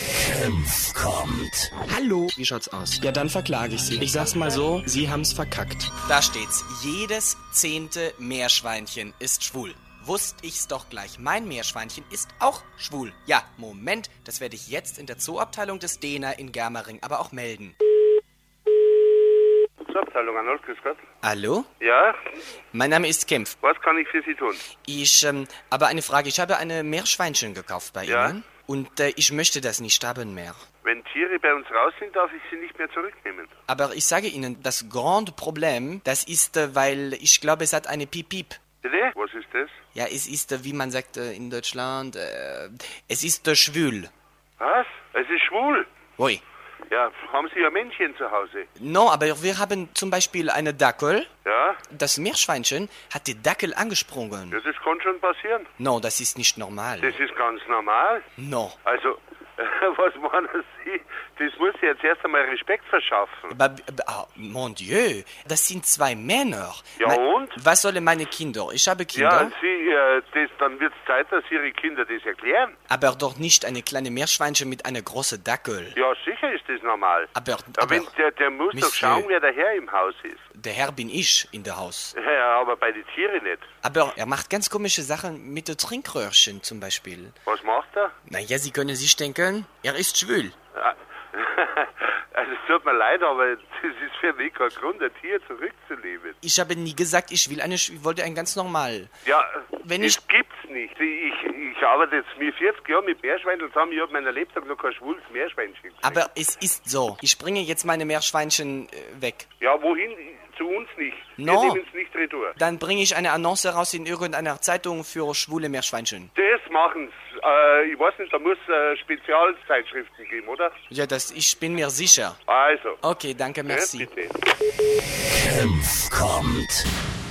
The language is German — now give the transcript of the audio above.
Senf kommt. Hallo. Wie schaut's aus? Ja, dann verklage ich Sie. Ich sag's mal so, Sie haben's verkackt. Da steht's. Jedes zehnte Meerschweinchen ist schwul. Wusst ich's doch gleich. Mein Meerschweinchen ist auch schwul. Ja, Moment. Das werde ich jetzt in der Zooabteilung des Dena in Germering aber auch melden. Abteilung Arnold, grüß Gott. Hallo? Ja, Mein Name ist Kempf. was kann ich für Sie tun? Ich, ähm, aber eine Frage. Ich habe eine Meerschweinchen gekauft bei Ja? Ihnen. Und äh, ich möchte das nicht haben mehr. Wenn Tiere bei uns raus sind, darf ich sie nicht mehr zurücknehmen. Aber ich sage Ihnen, das grande Problem, das ist, äh, weil ich glaube, es hat eine Piep-Piep. Bitte? Was ist das? Ja, es ist, äh, wie man sagt äh, in Deutschland, äh, es ist äh, schwül. Was? Es ist schwul. Oi. Ja, haben Sie ja Männchen zu Hause? No, aber wir haben zum Beispiel eine Dackel. Ja, Das Meerschweinchen hat die Dackel angesprungen. das ist, kann schon passieren. No, das ist nicht normal. Das ist ganz normal. No. Also, was meinen Sie? Das muss jetzt erst einmal Respekt verschaffen. Aber, aber, oh, mon Dieu, das sind zwei Männer. Ja, Mein- und? Was sollen meine Kinder? Ich habe Ja, Kinder, Sie, äh, das, dann wird es Zeit, dass Ihre Kinder das erklären. aber doch nicht eine kleine Meerschweinchen mit einer großen Dackel. Ja, sicher ist das normal. Aber, Aber aber wenn, der, der muss doch Monsieur. schauen, wer der Herr im Haus ist. der Herr bin ich in der Haus. Ja, aber bei den Tieren nicht. Aber er macht ganz komische Sachen mit den Trinkröhrchen zum Beispiel. Was macht er? Naja, Sie können sich denken, er ist schwül. Ah, Also es tut mir leid, aber das ist für mich kein Grund, ein Tier zurückzunehmen. Ich habe nie gesagt, ich will eine, Sch- ich wollte ein ganz normal. Ja, Wenn das ich- gibt's nicht. Ich, ich arbeite jetzt mir 40 Jahre mit Meerschweinchen zusammen, ich habe meinen Lebtag noch kein schwules Meerschweinchen gesehen. Aber es ist so. Ich bringe jetzt meine Meerschweinchen äh, weg. Ja, wohin? Zu uns nicht. No. Wir nehmen es nicht retour. Dann bringe ich eine Annonce raus in irgendeiner Zeitung für schwule Meerschweinchen. Das machen's. Äh, ich weiß nicht, da muss äh, Spezialzeitschriften geben, oder? Ja, das, ich bin mir sicher. Also. Okay, danke, Ja, merci. bitte. Senf kommt.